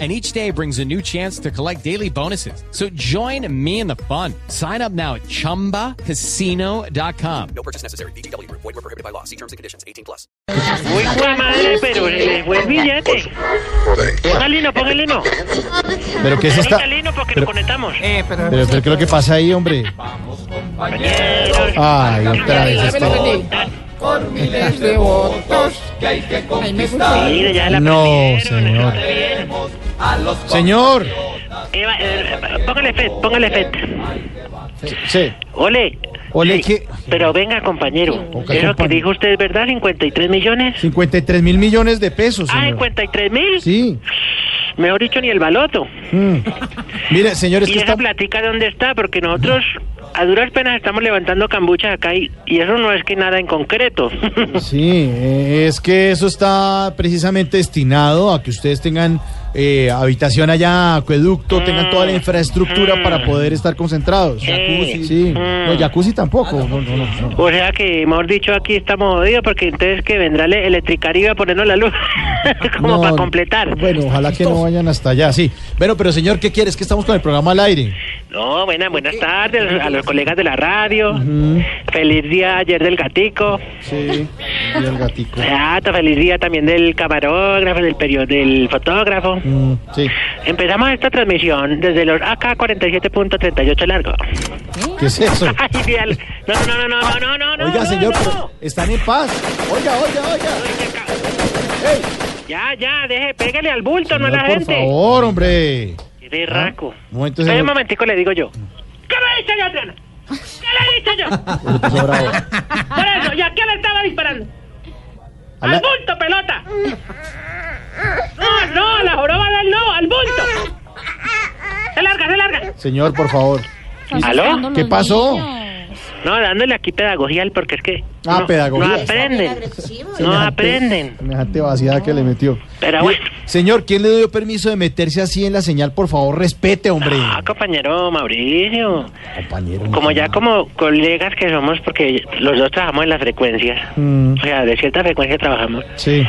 and each day brings a new chance to collect daily bonuses. So join me in the fun. Sign up now at ChumbaCasino.com. No purchase necessary. BGW. Void were prohibited by law. See terms and conditions. 18 plus. Uy, jue madre, pero eh, le fue el billete. este. Póngale no, póngale no. Pero qué es esta. Póngale no porque Pero- lo Eh, conectamos. Pero, pero ¿qué es lo que pasa ahí, hombre? Ay, otra vez esto. Mira, ya la No, prendieron, señor. está bien. Señor. Eva, eh, póngale FED, póngale FED. Sí. Ole. Ole, Sí, ¿qué? Pero venga, compañero. Oca, ¿Eso que compañero. dijo usted es verdad? ¿53 millones? 53 mil millones de pesos, Ah, señor. 53 mil. Sí. Mejor dicho, ni el baloto. Mm. Mire, señor, es ¿Y que esa está. platica dónde está? Porque nosotros a duras penas estamos levantando cambuchas acá y, y eso no es que nada en concreto. Sí, eh, es que eso está precisamente destinado a que ustedes tengan eh, habitación allá, acueducto, tengan toda la Mm, infraestructura para poder estar concentrados. Jacuzzi. Sí. Mm. No, jacuzzi tampoco. No, no, no, no. O sea que, hemos dicho, aquí estamos jodidos porque entonces que vendrá el Electricaribe a ponernos la luz como No, para completar. Bueno, ojalá que no vayan hasta allá, sí. Bueno, pero señor, ¿qué quieres? Que estamos con el programa al aire. No, buenas, buenas tardes a los colegas de la radio. Feliz día ayer del gatico. Sí, y el gatico. Exacto, feliz día también del camarógrafo, del perio- del fotógrafo. Mm, sí. Empezamos esta transmisión desde los AK 47.38 largo. ¿Qué es eso? Ay, ideal. No, no, no, no, no, no, no. Ah. Oiga, no, señor, no. pero están en paz. Oiga, oiga, oiga. Ey, Ya, ya, deje, pégale al bulto, no a señor, la por gente. favor, hombre. Qué berraco. Ah, Un momento, Espere señor. un momentico, le digo yo. ¿Qué le he dicho yo, Adriana? ¿Qué le he dicho yo? Pero tú sos bravo. Por eso, ¿y a quién le estaba disparando? Ala- ¡Al bulto, pelota! ¡No, no, a la joroba del no, al bulto! ¡Se larga, se larga! Señor, por favor. ¿Aló? ¿Qué pasó? No, dándole aquí pedagogía, porque es que... Ah, no, pedagogía, No está aprenden, no Semejante- aprenden. Semejante vaciada que le metió. Pero Eh, bueno. Señor, ¿quién le dio permiso de meterse así en la señal? Por favor, respete, hombre. Ah, compañero Mauricio. Compañero. Como ya como colegas que somos, porque los dos trabajamos en las frecuencias. Mm, O sea, de cierta frecuencia trabajamos. sí.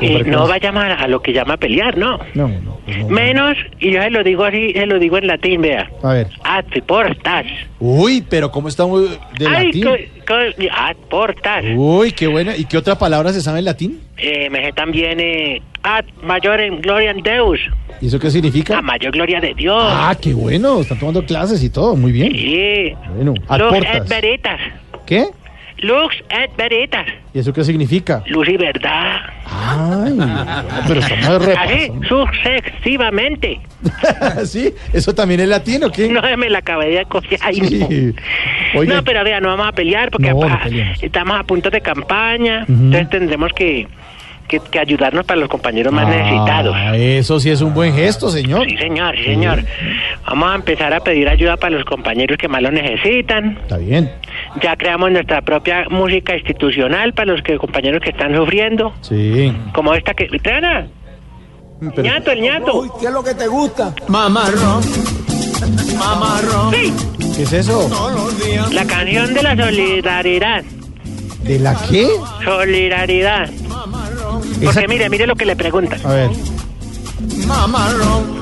Y no vayamos a, a lo que llama pelear, no. No, no, pues no. Menos, y yo se lo digo así, se lo digo en latín, vea. A ver. Ad portas. Uy, pero ¿cómo estamos de Ay, latín? Uh. co- co- ad portas. Uy, qué buena. ¿Y qué otra palabra se sabe en latín? Eh, me sé también eh, ad mayor en gloria en Deus. ¿Y eso qué La significa? mayor gloria de Dios. Ah, qué bueno. Están tomando clases y todo. Muy bien. Sí. Bueno, ad Lux et portas. veritas. ¿Qué? Lux et veritas. ¿Y eso qué significa? Luz y verdad. Ay, pero estamos Así, repasando. sucesivamente. ¿Sí? ¿Eso también es latín o qué? No me la acabé de copiar. Ay, Sí. no. Oiga, No, pero vea, no vamos a pelear porque No, no ah, peleemos. estamos a punto de campaña. Entonces tendremos que, que, que ayudarnos para los compañeros más necesitados. Ah, eso sí es un buen gesto, señor. Sí, señor, sí, señor. Vamos a empezar a pedir ayuda para los compañeros que más lo necesitan. Está bien. Ya creamos nuestra propia música institucional para los que, compañeros que están sufriendo. Sí. Como esta que... ¡Trana! Pero- ¡Ñato, el ñato! Uy, ¿qué es lo que te gusta? Mamarrón, mamarrón, ¡Sí! ¿Qué es eso? todos los días. La canción de la solidaridad. ¿De la qué? Solidaridad. Esa- Porque mire, mire lo que le preguntan. A ver. Mamarrón,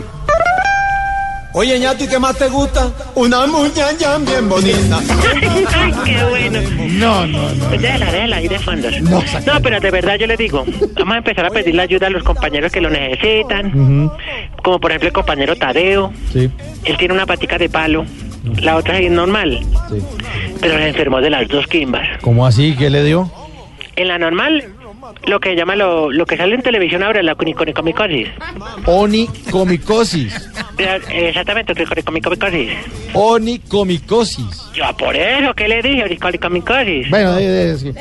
Oye, ñato, ¿y qué más te gusta? una muchacha bien bonita. Ay, qué bueno. No, no, no. Pues déjela, déjela ahí de fondo. No, saca- No, pero de verdad yo le digo, vamos a empezar a pedirle ayuda a los compañeros que lo necesitan. Ujú, Como por ejemplo el compañero Tadeo. Sí, Él tiene una patica de palo. La otra es normal. sí. Pero se enfermó de las dos quimbas. ¿Cómo así? ¿Qué le dio? En la normal, lo que llama lo, lo que sale en televisión ahora, la cuniconicomicosis. Onicomicosis. Exactamente, cuniconicomicosis. Onicomicosis. Yo "Ah, por eso, ¿qué le dije? Cuniconicomicosis. Bueno, de- de- sí.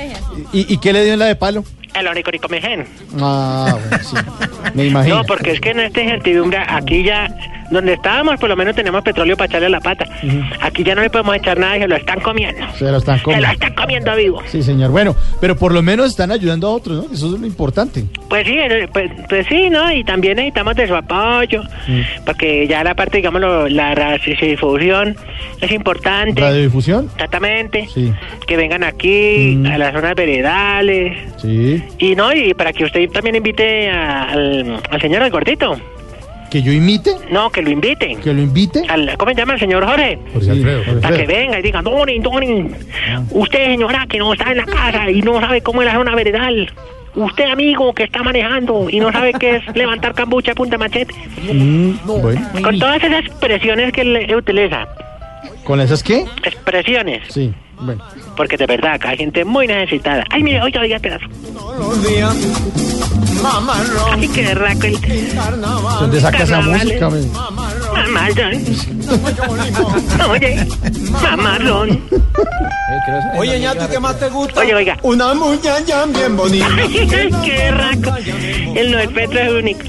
¿Y, y qué le dio en la de palo? El oniconicomigen. Ah, bueno, sí. Me imagino. No, porque es que en esta incertidumbre aquí ya Donde estábamos, por lo menos teníamos petróleo para echarle a la pata. Aquí ya no le podemos echar nada y se lo están comiendo. Se lo están Se comiendo. lo están comiendo vivo. Sí, señor. Bueno, pero por lo menos están ayudando a otros, ¿no? Eso es lo importante. Pues sí, eh, pues, pues sí, ¿no? Y también necesitamos de su apoyo, porque ya la parte, digamos, lo- la radiodifusión es importante. Radiodifusión. Exactamente. Sí. Que vengan aquí, a las zonas veredales. Sí. Y no, y para que usted también invite a- al, al señor el gordito. Que yo imite, No, que lo inviten. que lo invite. Al, ¿Cómo se llama el señor Jorge? Jorge Alfredo. Para que venga y diga, Donin, Donin, usted señora que no está en la casa y no sabe cómo es la zona veredal. Usted amigo que está manejando y no sabe qué es levantar cambucha a punta de machete. Mm, Bueno, Con todas esas expresiones que él él utiliza. ¿con esas qué? Expresiones. Sí. Bueno. Porque de verdad, acá hay gente muy necesitada. Ay, mire, oiga, oiga, pedazo. Todos los días. Mamarrón. Ay, qué berraco el... Y carnaval. ¿Dónde sacas esa Carnavales. música? men? Mamarrón. Mamá, John. Yo limón. Oye, mamarrón. Oye, ñato, ¿y qué más te gusta? Oye, oiga. Una muñeca bien bonita. Ay, qué raco. El no espectro es único.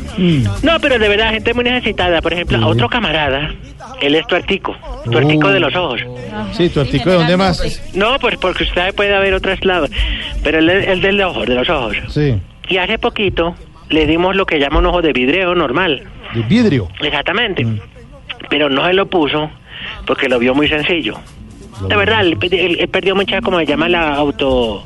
No, pero de verdad, gente muy necesitada. Por ejemplo, a otro camarada, él es tuertico. Tuertico Oh. de los ojos. Sí, tu artículo, ¿de dónde más? No, pues porque usted puede haber otras lados. Pero él es el del ojo, de los ojos. Sí. Y hace poquito le dimos lo que llama un ojo de vidrio normal. De vidrio. Exactamente. Pero no se lo puso porque lo vio muy sencillo. Lo De vio verdad, él, él- él perdió mucha, como se llama, la auto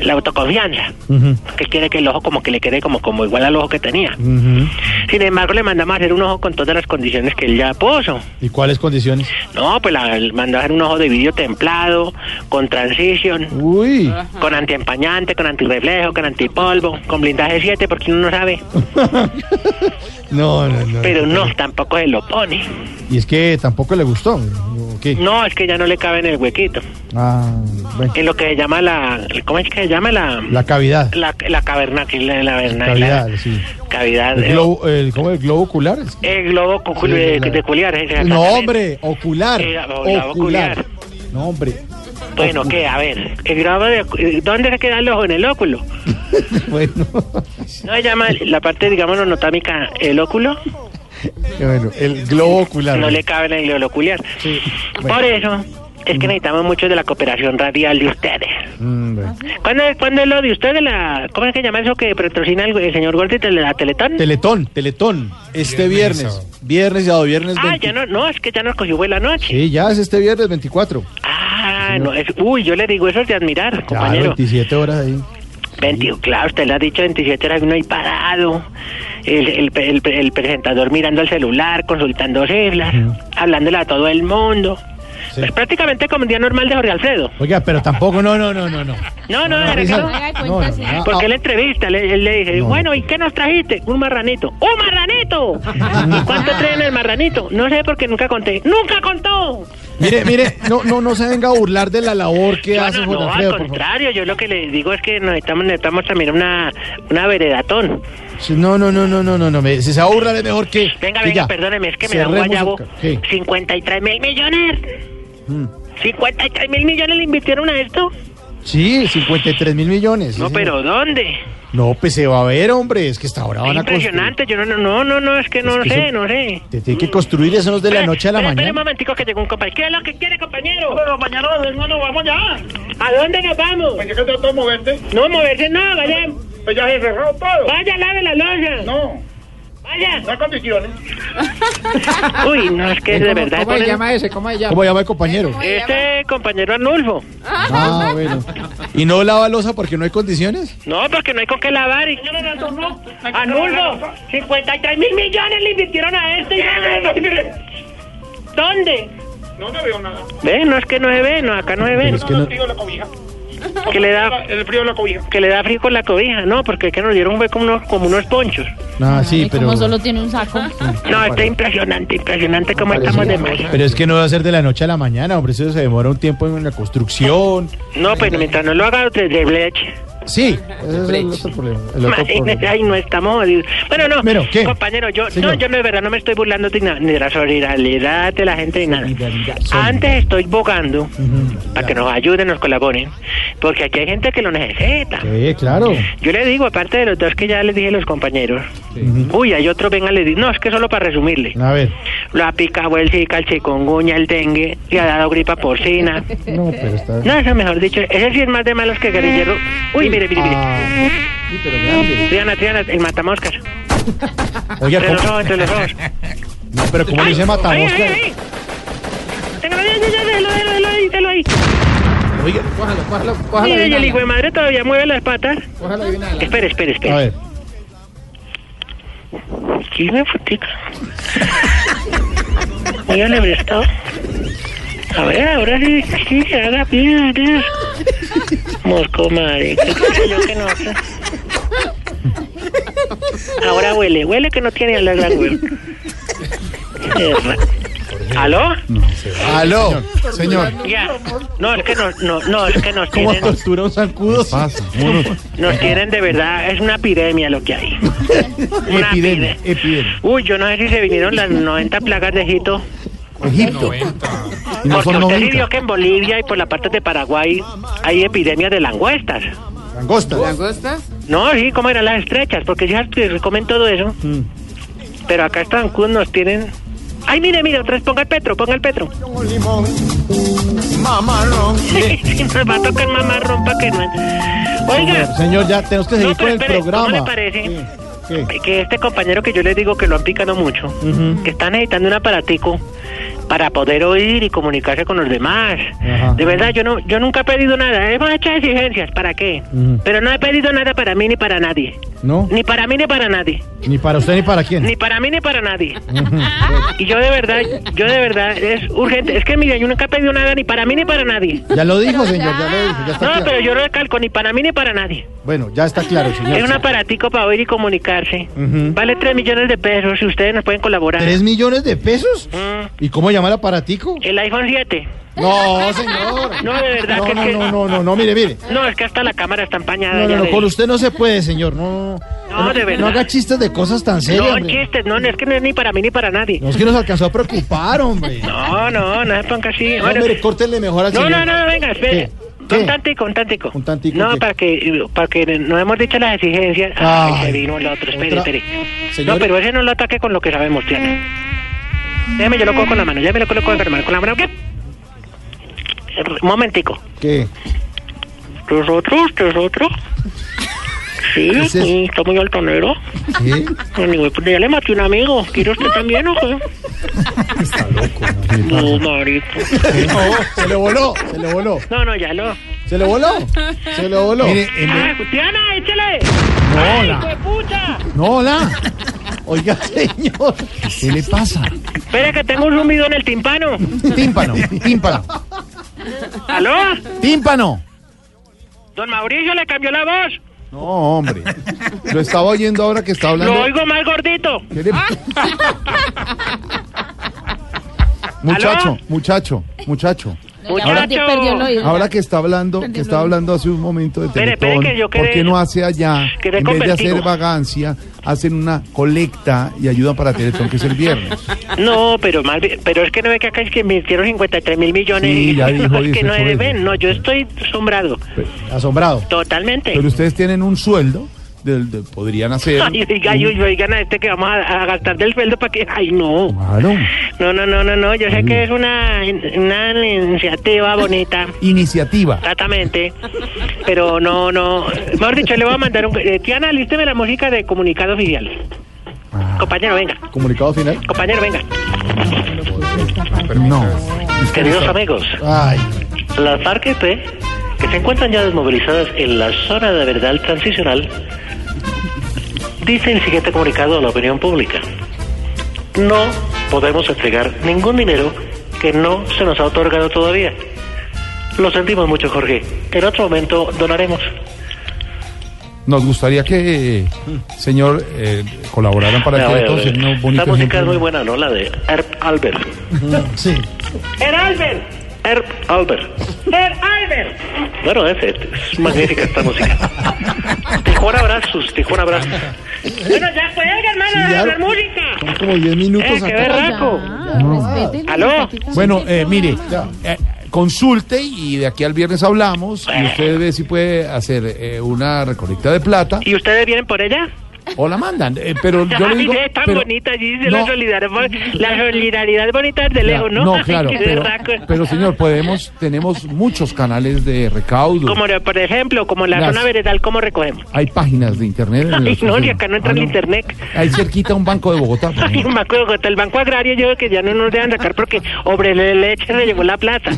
la autoconfianza. Ujú, Mm. Que quiere que el ojo como que le quede como, como igual al ojo que tenía. ujú. Sin embargo, le mandamos a hacer un ojo con todas las condiciones que él ya puso. ¿Y cuáles condiciones? No, pues la, le mandó a hacer un ojo de vidrio templado, con transición, Uy. con antiempañante, con antirreflejo, con antipolvo, con blindaje 7, porque uno no sabe. No, no, no. Pero no, tampoco se lo pone. Y es que tampoco le gustó. ¿o qué? No, es que ya no le cabe en el huequito. Ah, bueno. En lo que se llama la... ¿Cómo es que se llama la...? La cavidad. La, la caverna, que la, la, la- cavidad, la- sí. cavidad, El eh, globo, el, ¿Cómo el globo ocular? Es- el globo cucul- Sí, de, claro. de culiar, exactamente. No, hombre, ocular. Eh, globo Ocular. ocular. No, hombre. Bueno, ¿qué? A ver, el globo de, ¿dónde se queda el ojo? En el óculo. Bueno. No se llama la parte, digamos, notámica, el óculo, bueno, el globo ocular. no le cabe en el globo ocular. bueno. Por eso es que necesitamos mucho de la cooperación radial de ustedes. Mm, bueno. ¿Cuándo, cuándo es lo de ustedes? La, ¿Cómo es que llama eso que patrocina el, el señor Gordito, el de la Teletón? Teletón, Teletón. Este viernes. Viernes, sábado, viernes. ah, 20. ya no, no, es que ya nos cogió buena noche. Sí, ya es este viernes 24. Ah, no, es, uy, yo le digo eso es de admirar, Claro, compañero. 27 horas ahí. 20, claro, usted le ha dicho 27 horas uno ahí parado, el, el, el- el presentador mirando el celular, consultando cifras, hablándole a todo el mundo. Sí. Es prácticamente como un día normal de Jorge Alfredo. Oiga, pero tampoco, no, no, no, no, no. No, no, de Esa- regreso, no haga de cuentas, ¿eh? ah, Porque él entrevista, le, él le dice, No. bueno, ¿y qué nos trajiste? Un marranito. ¡Un marranito! ¿Y cuánto traen el marranito? No sé porque nunca conté. ¡Nunca contó! Mire, mire, no, no, no se venga a burlar de la labor que No, hace no, Juan no, al Alfredo, por favor. contrario, yo lo que le digo es que nos estamos, necesitamos también una, una veredatón. Sí, No, no, no, no, no, no, no. me- Si se va a burlar es mejor que. Venga, que venga, ya. perdóneme, es que me da un Cerremos guayabo. el ca- sí. Mm. 53 mil millones. 53 mil millones le invirtieron a esto. Sí, 53 mil millones. sí, no, señor. pero ¿dónde? No, pues se va a ver, hombre. Es que hasta ahora Es van a construir. impresionante. Yo no, no, no, no, no, es que no que sé, se- no sé. Te tiene que construir eso no es de la Espera, noche a la espera, Espera un mañana. momentico que llegó un compañero. ¿Qué es lo que quiere, compañero? Bueno, compañero, no nos vamos ya. ¿A dónde nos vamos? ¿Por qué te trató de moverte? No moverse, no, vaya. Pues ya se cerró todo. Vaya, lave la losa. No, Vaya. no hay condiciones. Uy, no, es que de verdad. ponen- ese? ¿Cómo se ¿Cómo llama el compañero? Este compañero Arnulfo. Ah, bueno. ¿Y no lava losa porque no hay condiciones? No, porque no hay con qué lavar. Y... Anuldo, 53 mil millones le invirtieron a esto. y- ¿Dónde? No te veo nada. No, Ve, no es que no se ve, no, acá no se ve. que no- el frío de la cobija. Que le da El frío de la cobija. que le da frío con la cobija, no, porque es que nos dieron fue como unos, como unos ponchos. Ah, sí, Ay, pero. Como solo tiene un saco. No, está impresionante, impresionante cómo estamos de magia. Pero es que no va a ser de la noche a la mañana, hombre. Eso se demora un tiempo en la construcción. No, pero mientras no lo haga desde Blech. Sí, ese es el otro problema. el otro Imagínese, problema. ay, no estamos jodidos. Bueno, no, Pero, ¿qué? compañero, yo no, Señor. yo no, de verdad no me estoy burlando de na- ni de la solidaridad de la gente ni nada. Antes estoy bogando para que nos ayuden, nos colaboren, porque aquí hay gente que lo necesita. Sí, claro. Yo le digo, aparte de los dos que ya les dije a los compañeros, Uy, hay otros, venga, les digo. No, es que solo para resumirle. A ver. La pica, el zika, el chikungunya, el dengue, le ha dado gripa porcina. No, pero está. No, eso mejor dicho, ese sí es más de malos que guerrillero. Uy, mire, mire, mire. Ah, Triana, Triana, el matamoscas. oiga, Entre ¿cómo- los ojos, entre los ojos. no, pero ¿cómo le dice ¡Ay, Matamosca? ay, ay! Téngalo, ya, ya, ya, déjelo, déjelo, déjelo ahí, déjelo ahí. Oiga, Cójalo, cójalo, cójalo. Mire, y el adivinala, hijo de madre todavía mueve las patas. Cójalo, adivinala. Espere, espere, a espere. ver. ¿Quién me futica? Oiga, le prestó. A ver, ahora sí, sí, se haga bien, bien. Mosco, madre. ¿qué creo yo que no? Ahora huele, huele que no tiene alergia, güey. Mierda. ¿Aló? Aló, señor. Ya. No, es que nos, no, no, es que nos ¿Cómo tienen, tortura un zancudo? nos tienen de verdad, es una epidemia lo que hay. Una Epidemia, epidemia. epidemia. Uy, yo no sé si se vinieron las 90 plagas de Egipto. Egipto. Y no Porque son usted sí 90. vio que en Bolivia y por la parte de Paraguay hay epidemias de langostas. Langosta. ¿Langostas? No, sí, ¿cómo eran las estrechas? Porque ya te comen todo eso. Mm. Pero acá en Cancún nos tienen... Ay, mire, mire, otra vez ponga el Petro, ponga el Petro. con limón, mamarrón. Sí, nos va a tocar mamá rompa que no... Oiga, Señor, ya tenemos que seguir no, con pero el espere, ¿cómo le programa. parece? ¿Qué? que este compañero que yo les digo que lo han picado mucho, que está necesitando un aparatico para poder oír y comunicarse con los demás. Ajá. De verdad, yo no, yo nunca he pedido nada. Hemos hecho exigencias, ¿para qué? Ujú. Pero no he pedido nada para mí ni para nadie. No, Ni para mí ni para nadie. ni para usted ni para quién. Ni para mí ni para nadie. y yo de verdad, yo de verdad, es urgente. Es que mira, yo nunca he pedido nada ni para mí ni para nadie. Ya lo dijo, señor, ya lo dijo. Ya está No, claro. pero yo lo recalco, ni para mí ni para nadie. Bueno, ya está claro, señor. Es un aparatico para oír y comunicarse. Ujú. Vale 3 millones de pesos si ustedes nos pueden colaborar. ¿Tres millones de pesos? Mm. ¿Y cómo llama el aparatico? El iPhone 7. No, señor. No, de verdad No, que no, es que- no, no, no, no, mire, mire. No, es que hasta la cámara está empañada. No, ya no, no, le con dije. usted no se puede, señor. No, No, de No verdad. haga chistes de cosas tan serias. No, hombre. chistes, no, no, es que no es ni para mí ni para nadie. No, es que nos alcanzó a preocupar, hombre. No, No, no, no se ponga así. Bueno, hombre, córtele mejor al no, señor. no, no, venga, espere. ¿Qué? Un tantico, un tantico. Un tantico, No, ¿qué? para que, para que no hemos dicho las exigencias. Ay, Ay, se vino el otro, espere, otra- espere. Señor. No, pero ese no lo ataque con lo que sabemos, Tiana. Déjame, yo lo cojo con la mano, ya me lo coloco con la mano, con la mano, ¿qué? Un momentico. ¿Qué? ¿Nosotros? ¿Nosotros? Sí, Ese es- sí, está muy altanero. ¿Qué? No, ni güey, pues ya le maté un amigo. ¿Quiere usted también o qué? Está loco, No, marico. No, se le voló, se le voló. No, no, ya lo. ¿Se le voló? Se le voló. ¡Ah, Tiana, échale! no, ¡Hijo de la, pucha! no, la. Oiga, señor. ¿Qué le pasa? Espera que tengo un zumbido en el timpano. Tímpano, tímpano, ¿Aló? tímpano. Don Mauricio le cambió la voz. No, hombre. Lo estaba oyendo ahora que está Lo hablando. oigo Ah. más gordito. ¿Qué le- Muchacho, ¿Aló? muchacho, muchacho. Muchacho. perdió el oído. Ahora que está hablando, que está hablando hace un momento de Espere, espere, Teletón, que yo ¿por quedé- qué no hace allá? quedé En vez de convertido. hacer vagancia, hacen una colecta y ayudan para Teletón, que es el viernes. No, pero más bien- pero es que no ve que acá es que me hicieron 53 mil millones. Sí, y ya dijo, es que dice, no eso es- es. ven, no, yo estoy asombrado. Asombrado. Totalmente. Pero ustedes tienen un sueldo, del- de- podrían hacer. Ay, oiga, y oigan a este que vamos a, a gastar del sueldo para que... Ay, no. Claro. No, no, no, no, no. Yo sé que es una, una iniciativa bonita, Iniciativa. Ah. exactamente. Pero no, no. Mejor dicho, le voy a mandar un. eh, Tiana, alísteme la música de comunicado oficial. Compañero, venga. ¿Comunicado final? Compañero, venga. No. Queridos amigos, Ay, las FARC que se encuentran ya desmovilizadas en la zona de verdad transicional, dice el siguiente comunicado a la opinión pública. No podemos entregar ningún dinero que no se nos ha otorgado todavía. Lo sentimos mucho, Jorge. En otro momento donaremos. nos gustaría que, eh, señor, eh, colaboraran para A ver, Teletón. a ver. sería un bonito La música es ejemplo. muy buena, ¿no? La de Herb Albert. Sí. Herb Albert. Herb Albert. Herb Albert. Bueno, es, es- es magnífica esta música. Tijuana abrazos, Tijuana abrazos. Bueno, ya pues, hermano, Sí, ya. hablar música. Son como 10 minutos Eh, qué berraco. Respeten. ¿Aló? Bueno, eh, mire, eh, consulte y de aquí al viernes hablamos y usted ve si puede hacer eh, una recolecta de plata. ¿Y ustedes vienen por ella? o la mandan. Eh, pero yo le Ay, digo. ve, tan pero- bonita, allí dice No. la solidaridad, bo- la solidaridad bonita de lejos, ¿no? Ay, claro, qué pero, berraco. pero, señor, podemos, tenemos muchos canales de recaudo. Como de- por ejemplo, como la Gracias. zona veredal, ¿cómo recogemos? Hay páginas de internet. en Ay, los- no, y acá no entra Ah, el internet. Ahí cerquita un banco de Bogotá. por Ay, ejemplo. me acuerdo que hasta el Banco Agrario yo creo que ya no nos dejan sacar porque obre le- leche le llevó la plata.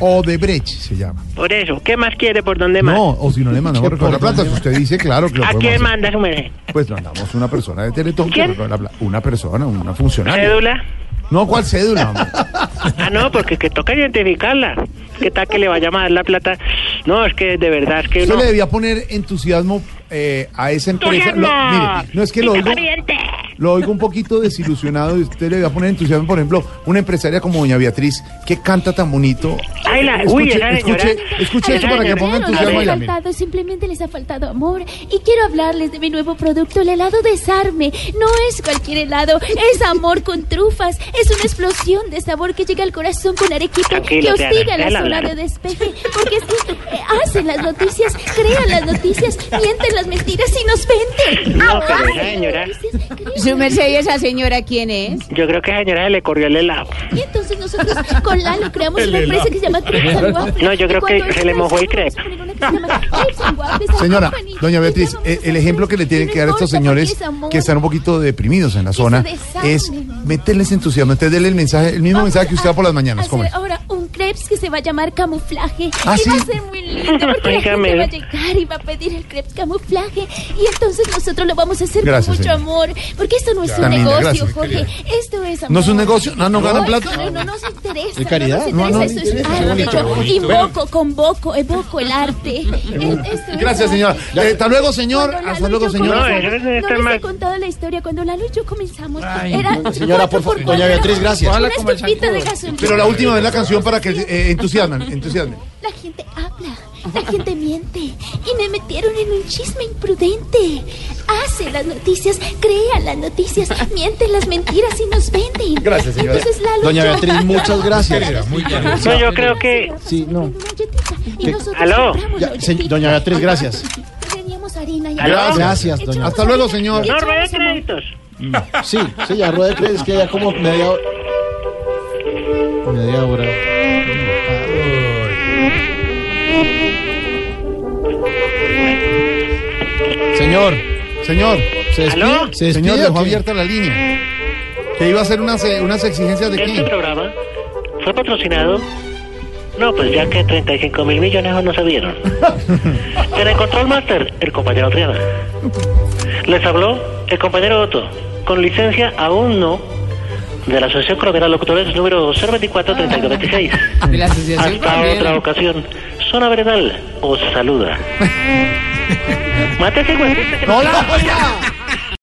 Odebrecht se llama. Por eso, ¿qué más quiere? ¿Por dónde más? No, o si no le mandamos ¿Qué recoger la por plata, si dónde? usted dice, claro que lo ¿A podemos quién hacer. manda su merced? Pues mandamos una persona de Teletón. que ¿Quién? recoja la pla- Una persona, una funcionaria. ¿Cédula? No, ¿cuál cédula? hombre? Ah, no, porque que toca identificarla. ¿Qué tal que le vaya a dar la plata? No, es que de verdad, es que Yo uno... le debía poner entusiasmo eh, a esa empresa. ¡Entusiasmo! Lo- mire, no es que lo ¡Pica oigo, caliente! lo oigo un poquito desilusionado y usted le debía poner entusiasmo, por ejemplo, una empresaria como doña Beatriz, que canta tan bonito. Ay, la- Escuche, uy, esa señora. escuche, escuche Ay, esto esa para que señora. ponga Bueno, entusiasmo a allá, ver. mire. simplemente les ha faltado amor. Y quiero hablarles de mi nuevo producto, el helado Desarme. No es cualquier helado, es amor con trufas. Es una explosión de sabor que llega al corazón con arequipe Tranquilo, que Diana, hostiga la déjala zona hablar. de despeje. Porque es que eh, hacen las noticias, crean las noticias, mienten las mentiras y nos venden. No, pero Ahora, esa señora. noticias, crean Su merced y esa señora, ¿quién es? Yo creo que a la señora se le corrió el helado. Y entonces nosotros con Lalo creamos una empresa que se llama Crepes and Waffles. No, yo creo Y cuando que se le mojó el empezamos, crepe. una que se llama Crepes and Waffles, Señora, Company. doña Beatriz, Empezamos eh, el a ejemplo que hacer le tienen que dar a estos no importa señores porque es amor. que están un poquito deprimidos en la Que se zona desarmen. es meterles entusiasmo, entonces denle el mensaje, el mismo Vamos mensaje que usted a da por las mañanas. hacer ¿cómo es? ahora un crepes que se va a llamar camuflaje. y va ¿Ah, sí? a ser muy lindo porque la Oígame. gente va a llegar y va a pedir el crepes camuflaje. Y entonces nosotros lo vamos a hacer Gracias, con mucho señora. amor. Porque esto no es Tan un linda, negocio, gracias, mi Jorge. querida. Esto es amor. ¿No es un negocio? ¿No, no ganan Ay, plata? Jorge, No nos interesa. ¿Es caridad? No, No, no, nos interesa, qué Esto es bonito, arte. Yo bonito. invoco, convoco, evoco el arte. El- esto es Gracias, arte. señora. Eh, hasta luego, señor. Cuando Ah, Lalo Hasta y luego, yo señor. No, comenzamos- eso está No, les mal. he contado la historia. Cuando Lalo y yo comenzamos, era Señora, por cuatro favor, cuatro, doña Beatriz, gracias. una estupita de gasolina. Pero la última de la canción para que eh, entusiasmen, entusiasmen. La gente habla, la gente miente y me metieron en un chisme imprudente. Hace las noticias, crea las noticias, mienten las mentiras y nos venden. Gracias, señora. Entonces, Lalo, Doña yo- Beatriz, muchas gracias. No, yo creo que... Sí, no. Una galletita y ¿Qué? nosotros Aló. compramos la Ya, se- galletita. doña Beatriz, gracias. Teníamos harina y Aló. arroz. Gracias, doña. Echamos Hasta luego, harina, señor. No, echamos rueda amor. créditos. Sí, sí, ya rueda crees que ya como media hora. Media hora. Señor, señor, ¿Se despide? ¿Aló? ¿Se despide señor, o dejó qué? abierta la línea. Que iba a hacer unas, eh, unas exigencias de Este quién. programa fue patrocinado. No, pues ya que 35 mil millones no se vieron. En el control master, el compañero Triana. Les habló el compañero Otto, con licencia aún no de la Asociación Colombiana de Locutores número 024-3226. De la asociación Hasta otra colombiana. ocasión. Zona Veredal os saluda. Mátese, güey. ¡Hola! ¡Hola!